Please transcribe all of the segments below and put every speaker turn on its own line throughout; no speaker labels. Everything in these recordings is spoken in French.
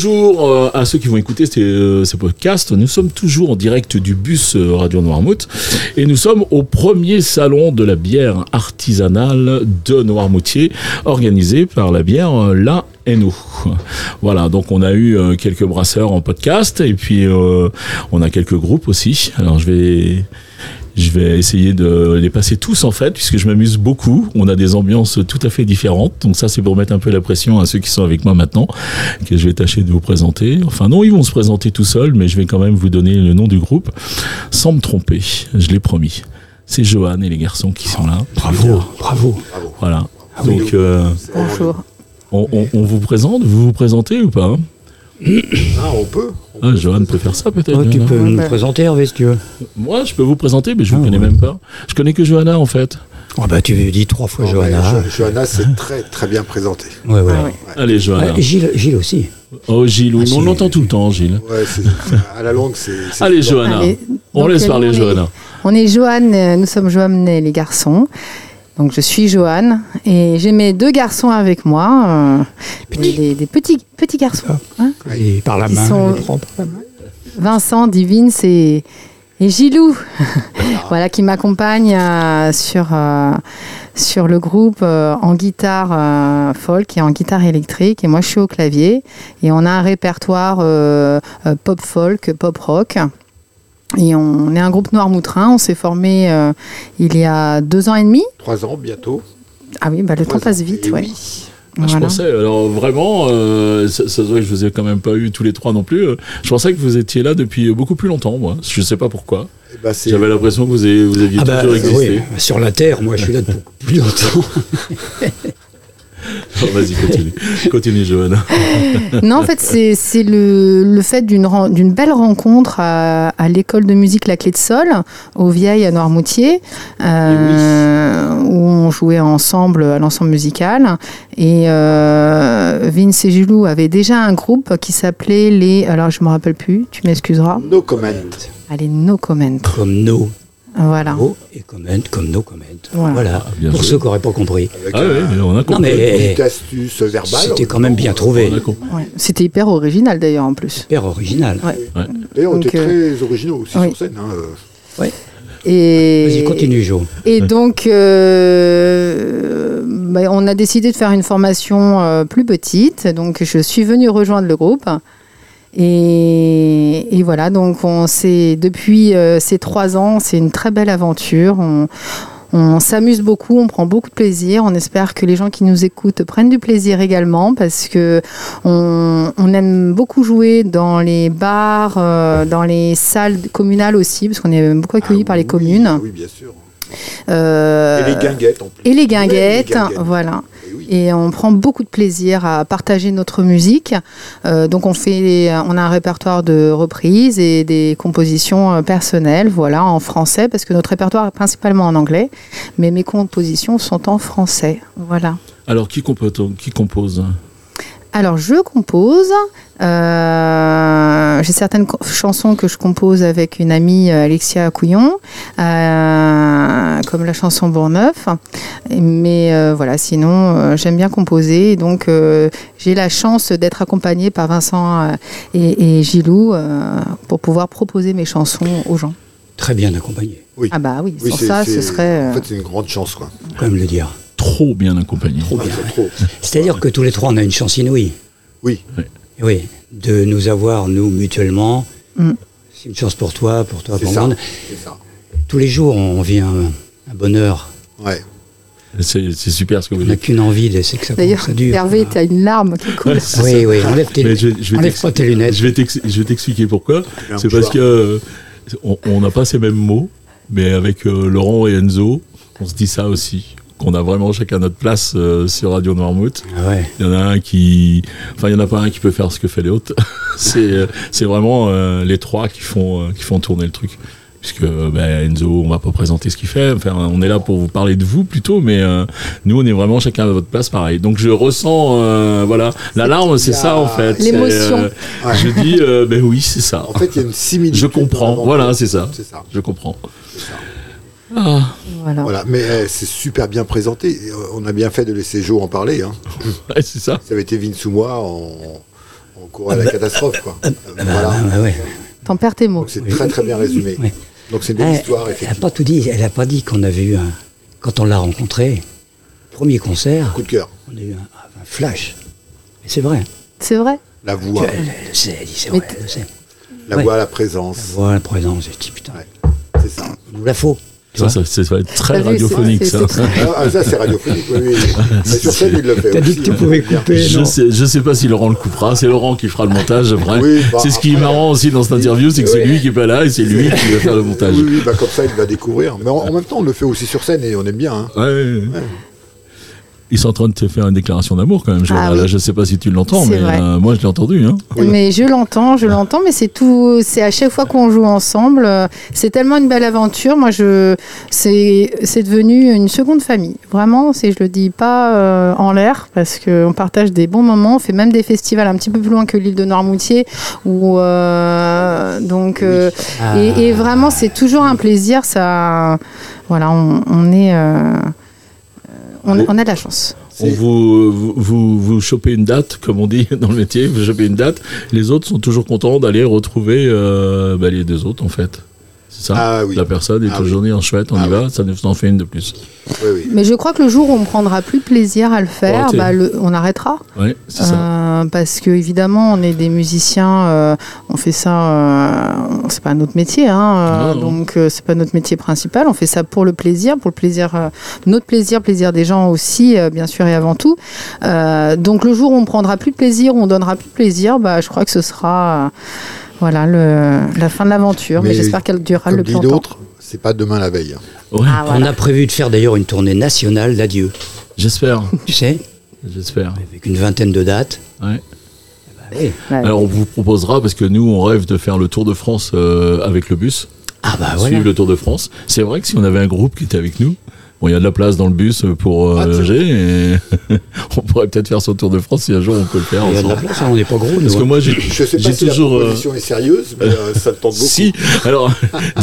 Bonjour euh, à ceux qui vont écouter ces, euh, ce podcast. Nous sommes toujours en direct du bus euh, Radio Noirmouth et nous sommes au premier salon de la bière artisanale de Noirmoutier organisé par la bière euh, La NO. Voilà, donc on a eu euh, quelques brasseurs en podcast et puis euh, on a quelques groupes aussi. Alors je vais je vais essayer de les passer tous en fait, puisque je m'amuse beaucoup. On a des ambiances tout à fait différentes. Donc ça, c'est pour mettre un peu la pression à ceux qui sont avec moi maintenant, que je vais tâcher de vous présenter. Enfin non, ils vont se présenter tout seuls, mais je vais quand même vous donner le nom du groupe, sans me tromper. Je l'ai promis. C'est Johan et les garçons qui sont là.
Bravo, bravo.
Voilà. Donc euh,
Bonjour.
on, on- on vous présente, vous vous présentez ou pas
Ah, on peut
ah, Johan préfère ça peut-être.
Ah, tu
Johanna
peux nous
Ouais.
présenter, Hervé, si tu veux.
Moi, je peux vous présenter, mais je vous
Ah,
connais
ouais.
même pas. Je connais que Johanna en fait.
Oh, bah, tu dis trois fois
Non,
Johanna.
mais Jo- Johanna, c'est très très bien présenté.
Ouais, ouais.
Ah oui.
Allez Johanna.
Ouais, Gilles, Gilles aussi.
Oh Gilles, oui,
Ah,
mais on
c'est-
l'entend tout le temps Gilles.
Ouais, c'est- à la longue, c'est. c'est-
Allez Johanna,
Allez,
on
donc, euh,
laisse
nous,
parler
on est-
Johanna.
On est Joanne, euh, nous sommes Joanne et les garçons. Donc je suis Joanne et j'ai mes deux garçons avec moi, euh, des, des petits, petits garçons, hein.
Et par la
Ils
main,
sont-
il les prend par la main.
Vincent, Divine et, et Gilou, voilà, qui m'accompagne euh, sur, euh, sur le groupe euh, en guitare euh, folk et en guitare électrique. Et moi je suis au clavier et on a un répertoire euh, euh, pop folk, pop rock. Et on est un groupe noir-moutrin, on s'est formé euh, il y a deux ans et demi.
Trois ans bientôt.
Ah oui, bah, le
Trois
temps
ans.
passe vite,
Et
ouais.
oui.
Ah, Je
Voilà.
pensais, alors vraiment, euh, ça, ça se voit que je vous ai quand même pas eu tous les trois non plus. euh, Je pensais que vous étiez là depuis beaucoup plus longtemps, moi. Je sais pas pourquoi.
Eh ben, c'est-
J'avais l'impression que vous, avez- vous aviez
Ah, bah,
toujours
oui,
existé.
sur la Terre, moi, je suis là depuis beaucoup plus longtemps.
Oh, Vas-y, continue. continue, Johanna.
Non, en fait, c'est c'est le, le fait d'une ren- d'une belle rencontre à, à l'école de musique La Clé de Sol, aux Vieilles à Noirmoutier,
Eh
euh, où on jouait ensemble à l'ensemble musical. Et euh, Vince et Julou avaient déjà un groupe qui s'appelait les. Alors, je me rappelle plus, tu m'excuseras.
No comment.
Ah,
Allez, No Comment.
Comme nos
Voilà.
mots et comment, comme nos comment.
Voilà.
Voilà,
bien
pour
joué.
ceux qui n'auraient pas compris.
Avec euh,
Ah
un-
oui, on a
Ah, Non,
compris.
une
mais
petite astuce verbale.
Eh, c'était quand même bien trouvé.
On a compris.
Ouais. C'était hyper original d'ailleurs en plus.
Super original.
Ouais.
Et on
Donc, euh,
était très originaux aussi
oui.
sur scène. hein, euh.
Et...
Vas-y, continue, Jo.
Et donc, euh, bah, on a décidé de faire une formation euh, plus petite. Donc, je suis venue rejoindre le groupe. Et, et voilà, donc on s'est depuis euh, ces trois ans, c'est une très belle aventure. On, on s'amuse beaucoup, on prend beaucoup de plaisir. On espère que les gens qui nous écoutent prennent du plaisir également parce que on, on aime beaucoup jouer dans les bars, euh, dans les salles communales aussi, parce qu'on est beaucoup accueillis
Ah
par les
oui,
communes.
Oui, bien sûr.
Euh,
Et les guinguettes en plus.
et les
Et les
guinguettes,
guinguettes.
voilà.
Eh oui.
Et on prend beaucoup de plaisir à partager notre musique. Euh, donc on fait, on a un répertoire de reprises et des compositions euh, personnelles, voilà, en français, parce que notre répertoire est principalement en anglais, mais mes compositions sont en français, voilà.
Alors, qui, compo- qui compose
Alors je compose. euh, J'ai certaines co- chansons que je compose avec une amie euh, Alexia Couillon, euh, comme la chanson Bourneuf. Mais euh, voilà, sinon euh, j'aime bien composer. Et Donc euh, j'ai la chance d'être accompagnée par Vincent euh, et, et Gilou euh, pour pouvoir proposer mes chansons aux gens.
Très bien accompagné,
Ah bah oui,
Oui,
sans
c'est-
ça
c'est-
ce serait. euh,
En fait, c'est une grande chance, quoi.
quand même le dire.
Trop bien accompagné.
Trop bien.
C'est trop.
C'est-à-dire que tous les trois, on a une chance inouïe.
Oui.
Oui, de nous avoir, nous, mutuellement.
Mm.
C'est une chance pour toi, pour toi,
C'est
pour
ça.
moi.
C'est ça.
Tous les jours, on vit un, un bonheur.
Ouais.
C'est c'est super ce que vous
On n'a
dites.
qu'une envie, de- c'est que ça,
D'ailleurs,
ça dure.
Hervé, t'as une larme qui coule.
Ouais, c'est ça.
Oui, oui, enlève, tes,
Mais je vais- je vais
enlève
t'ex-
pas tes lunettes.
Je vais t'ex- je vais t'expliquer pourquoi.
Un
C'est parce
mouchoir.
que euh, on on n'a pas ces mêmes mots, mais avec euh, Laurent et Enzo, on se dit ça aussi. Qu'on a vraiment chacun notre place euh, sur Radio Noirmouth.
Ah ouais.
Il y en a un qui. Enfin, il n'y en a pas un qui peut faire ce que fait l'autre. c'est euh, c'est vraiment euh, les trois qui font, euh, qui font tourner le truc. Puisque euh, ben, Enzo, on va pas présenter ce qu'il fait. Enfin, on est là pour vous parler de vous plutôt, mais euh, nous, on est vraiment chacun à votre place pareil. Donc, je ressens, euh, voilà, la larme, c'est ça en fait. C'est,
L'émotion.
euh,
Ouais.
Je dis, euh, ben oui, c'est ça.
En fait, il y a une similitude.
Je comprends.
dans la
Voilà,
rencontre.
c'est ça.
C'est ça.
Je comprends.
C'est ça.
Ah,
Voilà.
Voilà, mais euh, c'est super bien présenté. Et, euh, On a bien fait de laisser Jo en parler. Hein.
ouais, c'est ça.
Ça avait été Vince ou moi en, en on court à la catastrophe. Quoi.
bah,
Euh,
Ah,
voilà.
bah, ouais.
T'en perds tes mots.
Donc c'est très très bien résumé.
Ouais.
Donc c'est une belle
Elle
histoire,
n'a
effectivement.
pas tout dit. Elle n'a pas dit qu'on avait eu un. Quand on l'a rencontrée, premier concert,
Coup de cœur.
on a eu un, un flash. Et c'est vrai.
C'est vrai
La voix,
Elle, elle le sait, elle dit c'est
Mais
vrai, elle le sait.
la
ouais.
voix, la
La
présence.
voix, la présence, j'ai dit putain,
Ouais. C'est ça.
il nous la faut. Tu
Ça,
vois
ça, ça, ça va être très
T'as vu,
radiophonique,
c'est-
ça.
c'est- c'est-
Ah, ah, ça c'est radiophonique, oui, oui. Mais sur scène, il le fait.
T'as dit
aussi,
que tu
hein.
pouvais couper.
Je
non.
sais, je sais pas si Laurent le coupera, c'est Laurent qui fera le montage après.
Oui, bah,
c'est ce qui est
après-
marrant aussi dans cette interview, c'est que c'est
Ouais.
lui qui est pas là et c'est lui qui va faire le montage.
Oui, oui, bah, comme ça, il va découvrir. Mais en, en même temps, on le fait aussi sur scène et on aime bien. hein.
Ouais, ouais, ouais. Ils sont en train de te faire une déclaration d'amour quand même. Je,
Ah
là,
oui.
je sais pas si tu l'entends,
C'est
mais
vrai.
euh, moi je l'ai entendu. Hein.
Oui.
Mais je l'entends, je l'entends, mais c'est tout. C'est à chaque fois qu'on joue ensemble, euh, c'est tellement une belle aventure. Moi, je, c'est, c'est devenu une seconde famille. Vraiment, c'est, je le dis pas euh, en l'air, parce qu'on partage des bons moments. On fait même des festivals un petit peu plus loin que l'île de Noirmoutier, où euh, donc. euh,
Ah,
et, et vraiment, c'est toujours un plaisir. Ça, voilà, on, on est, euh, on, on a de la chance.
On vous, vous, vous, vous chopez une date, comme on dit dans le métier, vous chopez une date. Les autres sont toujours contents d'aller retrouver euh, bah, les deux autres en fait. C'est ça
Ah oui.
La personne est
Ah
toujours née en chouette, on
Ah
y va, ça nous en fait une de plus.
Oui, oui.
Mais je crois que le jour où on prendra plus de plaisir à le faire,
Arrêtez.
bah, le- on arrêtera.
Ouais, c'est ça.
Euh, parce que évidemment, on est des musiciens, euh, on fait ça, euh, on- c'est pas notre métier, hein, euh,
Non, non.
donc euh, c'est pas notre métier principal. On fait ça pour le plaisir, pour le plaisir, euh, notre plaisir, plaisir des gens aussi, euh, bien sûr et avant tout. Euh, donc le jour où on prendra plus de plaisir, où on donnera plus de plaisir, bah, je crois que ce sera, euh, voilà, le, la fin de l'aventure. Mais,
Mais
j'espère qu'elle durera
Comme
le plus
dit
longtemps.
l'autre, c'est pas demain la veille.
Ouais,
Ah,
On
voilà.
a prévu de faire d'ailleurs une tournée nationale d'adieu.
J'espère,
Tu sais,
j'espère.
avec une vingtaine de dates.
Ouais.
Bah, oui.
Ouais.
Alors on vous proposera, parce que nous on rêve de faire le Tour de France euh, avec le bus,
Ah bah voilà.
suivre le Tour de France. C'est vrai que si on avait un groupe qui était avec nous, bon il y a de la place dans le bus pour euh,
Ah, tiens.
loger, et on pourrait peut-être faire son Tour de France si un jour on peut le faire
Il y a de la
ensemble.
place, hein, on n'est pas gros. Nous,
Parce que
hein.
moi j'ai
Je sais pas
j'ai
si
toujours...
la
euh,
proposition est sérieuse, mais euh, ça me tente beaucoup.
si, alors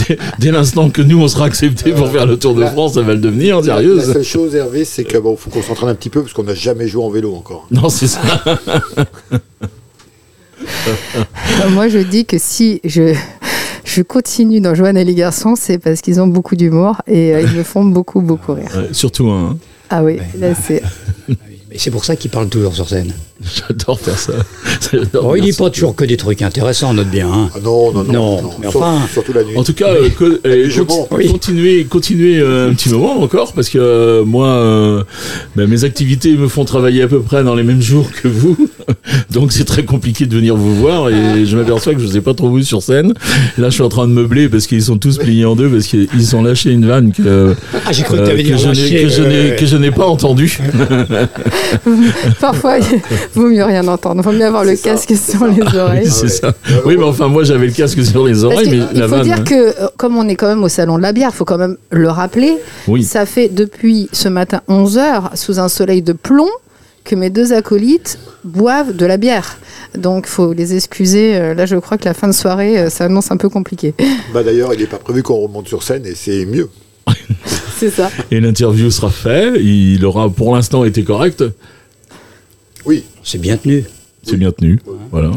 dès, dès l'instant que nous on sera accepté pour faire le Tour de
la-
France, ça va le devenir,
Ah, La- La
sérieuse.
seule chose, Hervé, c'est que bon, faut qu'on s'entraîne un petit peu parce qu'on n'a jamais joué en vélo encore.
Non, c'est ça.
Euh, Moi, je dis que si je, je continue dans Joanne et les garçons, c'est parce qu'ils ont beaucoup d'humour et euh, ils me font beaucoup, beaucoup rire.
Ouais, surtout un. hein.
Ah oui, là, c'est.
Mais c'est pour ça qu'il parle toujours sur scène.
J'adore faire ça. J'adore
Bon, il
faire
dit
ça.
pas toujours que des trucs intéressants, note bien. hein.
Ah non, non, non.
Non, mais
Sauf-
enfin-
Surtout la nuit.
En tout cas, euh, co- euh,
je
conti-
pense.
Oui.
continuez, continuez euh, un petit moment encore, parce que euh, moi, euh, bah, mes activités me font travailler à peu près dans les mêmes jours que vous, donc c'est très compliqué de venir vous voir, et je m'aperçois que je vous ai pas trop vu sur scène. Là, je suis en train de meubler, parce qu'ils sont tous pliés en deux, parce qu'ils ont lâché une vanne que,
Ah, j'ai cru que
euh,
t'avais dit
que je n'ai-
lâcher,
que je n'ai-
euh,
que je n'ai pas entendue.
Parfois, il vaut mieux rien entendre. Vaut mieux avoir le
C'est ça,
casque
c'est
sur
ça.
les
Oui,
oreilles.
c'est
ouais.
ça. Oui, mais enfin, moi, j'avais le casque sur les
Parce
oreilles,
que,
mais
il
la
faut
vanne.
dire
hein.
que, euh, comme on est quand même au salon de la bière, il faut quand même le rappeler.
Oui.
Ça fait depuis ce matin 11h, sous un soleil de plomb, que mes deux acolytes boivent de la bière. Donc, faut les excuser. Euh, Là, je crois que la fin de soirée, euh, ça annonce un peu compliqué.
Bah, D'ailleurs, il n'est pas prévu qu'on remonte sur scène et c'est mieux.
C'est ça.
Et l'interview sera faite. Il aura pour l'instant été correct.
Oui,
C'est bien tenu.
C'est bien tenu. Voilà.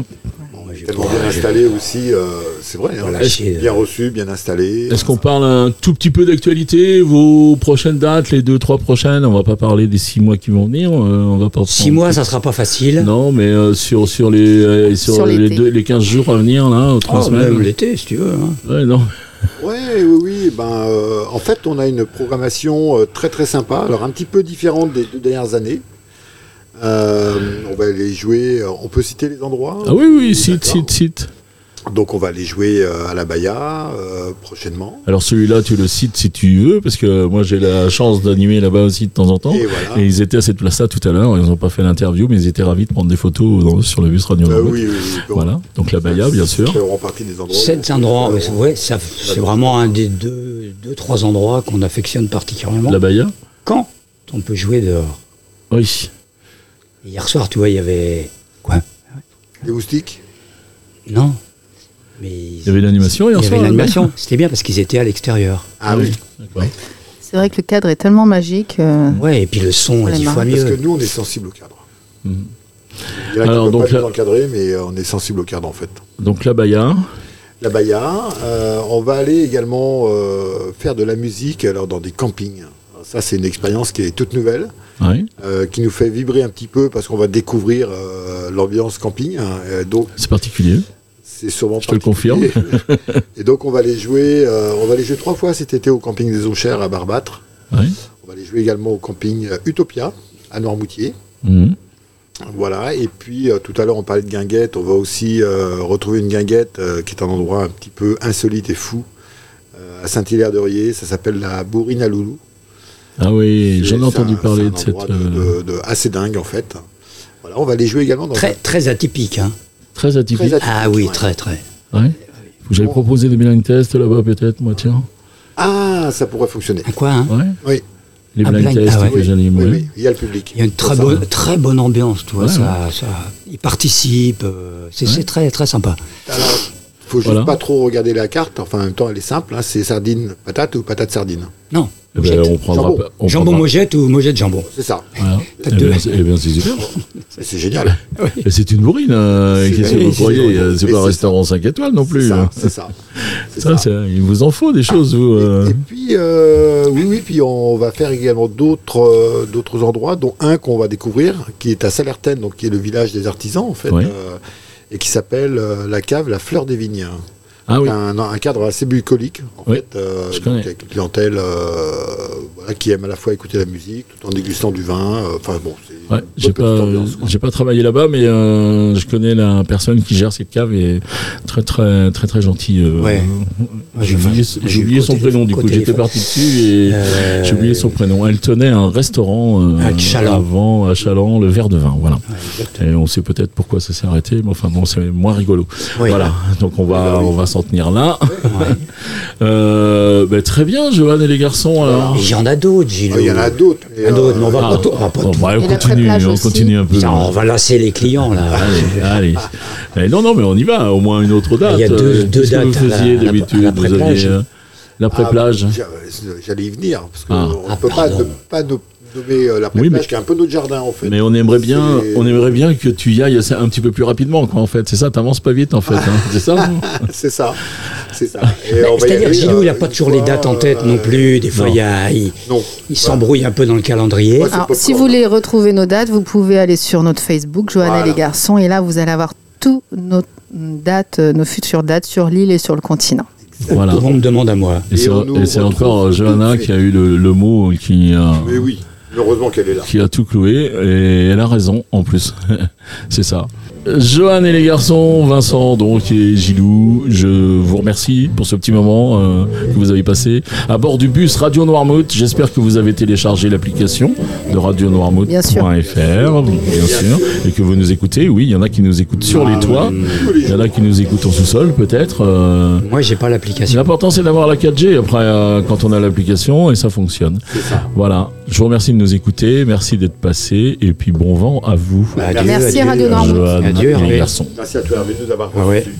Bon, moi, j'ai
tellement
pas-
bien
j'ai-
installé aussi, euh, c'est vrai. hein.
Voilà, chier,
bien reçu, bien installé.
euh. Est-ce qu'on parle un tout petit peu d'actualité Vos prochaines dates, les deux, trois prochaines On va pas parler des six mois qui vont venir. euh, on va pas
Six mois, ça sera pas facile.
Non, mais euh, sur, sur, les, euh, sur,
Sur
les,
l'été.
deux, les 15 jours à venir, là, aux trois
Oh,
semaines.
même l'été, si tu veux. hein.
Ouais, non.
Ouais, oui, oui. Ben, euh, en fait, on a une programmation euh, très très sympa. Alors un petit peu différente des deux dernières années. Euh, on va aller jouer. euh, On peut citer les endroits.
Ah oui, oui, site,
Oh,
site,
D'accord.
site.
Donc on va aller jouer euh, à la Baïa euh, prochainement.
Alors celui-là, tu le cites si tu veux, parce que moi j'ai la chance d'animer là-bas aussi de temps en temps.
Et voilà.
Et ils étaient à cette place-là tout à l'heure, ils n'ont pas fait l'interview, mais ils étaient ravis de prendre des photos dans- sur le bus Radio.
Euh,
Nord.
oui, oui, oui, bon.
Voilà, donc la Baïa, bien sûr.
Ça auront partie des endroits.
Cet
où-
endroit,
où-
ouais, c'est- ouais, ça- c'est vraiment un des deux, deux, trois endroits qu'on affectionne particulièrement.
La Baïa
Quand on peut jouer dehors.
Oui.
Hier soir, tu vois, il y avait. Quoi
Les moustiques.
Non. Mais ils-
Il y avait l'animation hier
Il y avait
soir,
une animation. C'était bien parce qu'ils étaient à l'extérieur.
Ah oui.
D'accord.
C'est vrai que le cadre est tellement magique. euh,
Ouais, et puis le son est
Ouais,
dix
marrant.
fois
Parce que
mieux.
nous, on est sensible au cadre. Il y en a qui
Mhm. Alors,
peuvent
donc,
pas être
là-
encadrés, mais euh, on est sensible au cadre en fait.
Donc la baya,
La baya, euh, on va aller également euh, faire de la musique alors dans des campings. Alors, ça, c'est une expérience qui est toute nouvelle.
ouais.
euh, qui nous fait vibrer un petit peu parce qu'on va découvrir euh, l'ambiance camping. hein, et donc
c'est particulier.
c'est sûrement.
Je te le
particulier. et donc on va les jouer. euh, on va les jouer trois fois cet été au camping des Onchères à Barbâtre.
Ouais.
On va les jouer également au camping euh, Utopia à Noirmoutier.
Mhm.
Voilà. Et puis euh, tout à l'heure on parlait de guinguette. On va aussi euh, retrouver une guinguette euh, qui est un endroit un petit peu insolite et fou. euh, À Saint-Hilaire-de-Riez, ça s'appelle la Bourrine à Loulou.
Ah oui, j'en ai
C'est
entendu
un- c'est
parler
un
de cette euh,
endroit de- de- de- assez dingue en fait. Voilà, on va les jouer également dans
Très, très atypique. Hein.
très atypique.
Très atypique,
Ah oui,
ouais.
très, très.
Ouais. Faut que J'avais proposé des blind tests là-bas peut-être, moi tiens.
Ah, ça pourrait fonctionner.
Un quoi hein
Ouais.
Oui,
Les
Ah,
blind
blind-
tests
ah ouais.
que j'anime.
oui,
ouais.
oui, il y a le public.
Il y a une très
Ça,
bonne, très bonne ambiance, tu vois.
Ouais,
ça, ça, ils participent. euh, c'est c'est très, très sympa.
Alors, faut juste
Voilà.
pas trop regarder la carte. Enfin, en même temps, elle est simple. hein, C'est sardine patate ou patate sardine.
Non.
Eh ben,
Mojette.
on prendra
Jambon.
pas. on
jambon
prendra-
mojette ou mojette jambon.
C'est ça.
Voilà. Eh
de-
bien, c'est- eh bien, c'est super.
Et C'est génial.
Et C'est une bourrine, euh,
C'est-
qu'est-ce que
oui,
vous
c'est-
croyez euh, C'est
mais
pas un
c'est
restaurant 5 étoiles non
C'est
plus.
ça.
hein.
C'est ça. C'est
Ça,
ça. Ah,
c'est- il vous en faut des choses, vous. euh.
Et puis, euh, oui, oui, puis on va faire également d'autres euh, d'autres endroits, dont un qu'on va découvrir, qui est à Salertaine, donc qui est le village des artisans, en fait,
Oui.
euh, et qui s'appelle euh, la cave La Fleur des Vignes.
Ah oui,
un, un cadre assez bucolique, en
Oui,
fait, euh,
je
donc
connais.
avec une clientèle euh, voilà, qui aime à la fois écouter la musique tout en dégustant du vin. euh, Enfin bon, c'est une
Ouais,
bonne
j'ai
petite
pas,
ambiance, quoi.
j'ai pas travaillé là-bas, mais euh, je connais la personne qui gère cette cave et très très très très gentil. euh,
Ouais.
euh, J'ai oublié, j'ai oublié son prénom du coup. J'étais parti dessus et
Euh,
j'ai oublié son prénom. Elle tenait un restaurant euh,
À Chaland.
avant à Chaland, le verre de vin, voilà.
exactement.
et on sait peut-être pourquoi ça s'est arrêté, mais enfin bon, c'est moins rigolo.
Oui.
Voilà. Donc on va
Oui.
on va s'en tenir là. Euh, ben, très bien, Johan et les garçons. Alors.
Il y en a d'autres, Gilles.
Ah, Il y en a d'autres. mais,
Ah, d'autres,
euh,
mais on va
Ah,
pas tout- on va pas
bon,
tout-
bah, on
Et la
continue,
pré-plage
on
aussi.
continue un peu. hein.
Putain, on va lasser les clients, là.
Allez, allez. Eh, non, non, mais on y va, au moins une autre date.
Il y a deux-
Euh,
deux
qu'est-ce que vous
dates à la-
faisiez
à la-
d'habitude
à la
Vous
pré-plage.
aviez, euh, L'après-plage
Ah, j'a- J'allais y venir, parce qu'on
Ah.
ne
Ah,
peut pas,
pardon.
ne, pas no- nommer euh, la
Oui,
plage
mais-
qui est un peu notre jardin, en fait.
mais on aimerait bien,
C'est-
on aimerait bien que tu y ailles un petit peu plus rapidement, quoi. En fait, c'est ça. T'avances pas vite, en fait. hein. C'est ça. non
C'est ça. C'est ça. Et
Mais
on va y
C'est-à-dire,
aller,
Gilou, il n'a
euh,
pas
une
toujours les
fois,
dates en tête
euh,
non plus. Des fois,
non.
il, y a- il-
Non. Bah,
il s'embrouille un peu dans le calendrier.
Ouais, c'est
Alors,
popcorn.
si vous voulez retrouver nos dates, vous pouvez aller sur notre Facebook, Johanna
Voilà.
les garçons, et là, vous allez avoir toutes nos dates, euh, nos futures dates sur l'île et sur le continent.
Voilà.
Tout le monde me demande à moi.
Et,
Et
c'est-
on nous
et c'est
retrouve
encore
tout de
Johanna
suite.
qui a eu le, le mot qui euh, a,
Mais oui, heureusement qu'elle est là.
qui a tout cloué et elle a raison en plus. c'est ça. Johan et les garçons, Vincent donc et Gilou, je vous remercie pour ce petit moment euh, que vous avez passé à bord du bus Radio Noirmouth. J'espère que vous avez téléchargé l'application de Radio Noirmouth.fr, bien
Bien sûr.
sûr, et que vous nous écoutez. Oui, il y en a qui nous écoutent sur les toits, il y en a qui nous écoutent en sous-sol peut-être. euh,
Moi, j'ai pas l'application.
L'important c'est d'avoir la 4G après euh, quand on a l'application et ça fonctionne. Voilà, je vous remercie de nous écouter, merci d'être passé et puis bon vent à vous.
Bah, adieu,
Merci,
adieu.
Radio Normand.
Johan
Adieu,
et les
Hervé.
garçons.
Merci à toi, Hervé, de nous avoir
Ah ouais.
reçus.